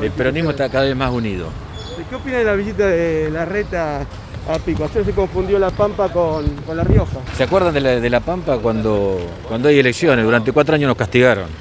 El peronismo está cada vez más unido. ¿Qué opina de la visita de la reta a Pico? Ayer se confundió La Pampa con, con La Rioja. ¿Se acuerdan de la, de la Pampa cuando, cuando hay elecciones? Durante cuatro años nos castigaron.